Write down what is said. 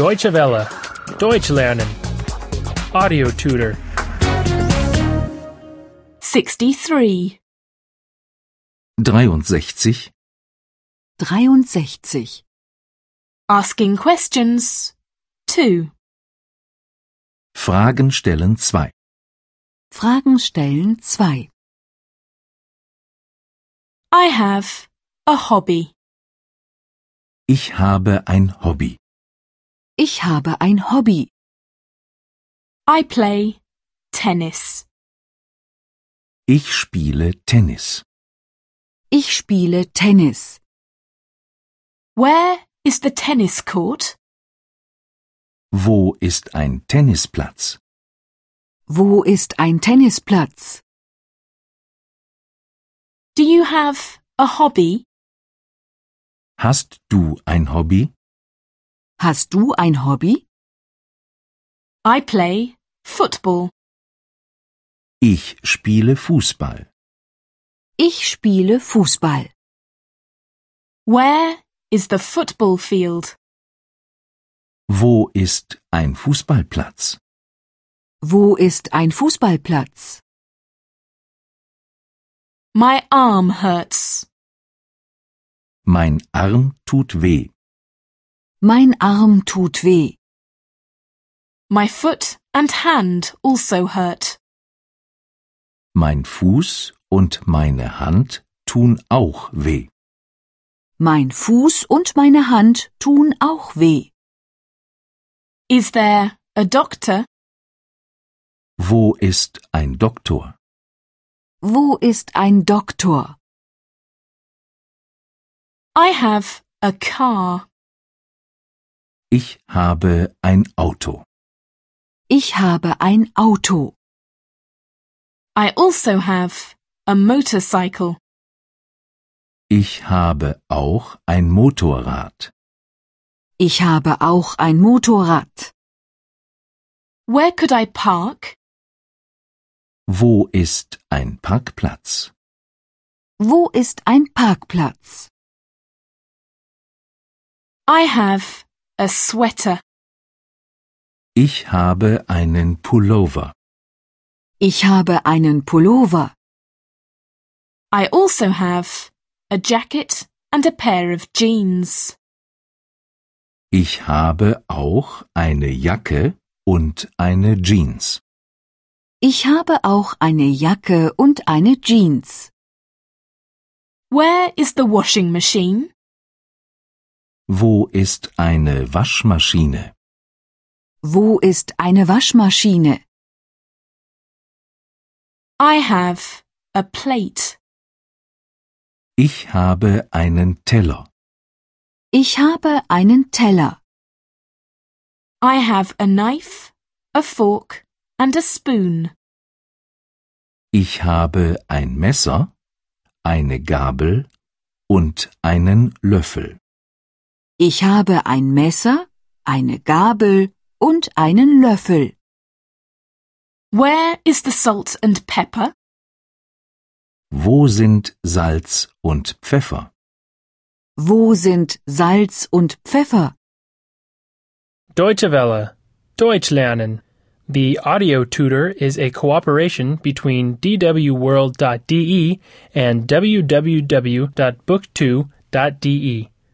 Deutsche Welle. Deutsch lernen. Audio tutor. 63. 63. 63. Asking questions. 2. Fragen stellen 2. Fragen stellen 2. I have a hobby. Ich habe ein Hobby. Ich habe ein Hobby. I play tennis. Ich spiele Tennis. Ich spiele Tennis. Where is the tennis court? Wo ist ein Tennisplatz? Wo ist ein Tennisplatz? Do you have a hobby? Hast du ein Hobby? Hast du ein Hobby? I play football. Ich spiele Fußball. Ich spiele Fußball. Where is the football field? Wo ist ein Fußballplatz? Wo ist ein Fußballplatz? My arm hurts. Mein Arm tut weh. Mein Arm tut weh. My foot and hand also hurt. Mein Fuß und meine Hand tun auch weh. Mein Fuß und meine Hand tun auch weh. Is there a doctor? Wo ist ein Doktor? Wo ist ein Doktor? I have a car. Ich habe ein Auto. Ich habe ein Auto. I also have a motorcycle. Ich habe auch ein Motorrad. Ich habe auch ein Motorrad. Where could I park? Wo ist ein Parkplatz? Wo ist ein Parkplatz? I have a sweater. Ich habe einen Pullover. Ich habe einen Pullover. I also have a jacket and a pair of jeans. Ich habe auch eine Jacke und eine Jeans. Ich habe auch eine Jacke und eine Jeans. Where is the washing machine? Wo ist eine Waschmaschine? Wo ist eine Waschmaschine? I have a plate. Ich habe einen Teller. Ich habe einen Teller. I have a knife, a fork, and a spoon. Ich habe ein Messer, eine Gabel und einen Löffel. Ich habe ein Messer, eine Gabel und einen Löffel. Where is the salt and pepper? Wo sind Salz und Pfeffer? Wo sind Salz und Pfeffer? Deutsche Welle. Deutsch lernen. The audio tutor is a cooperation between E dwworld.de and www.book2.de.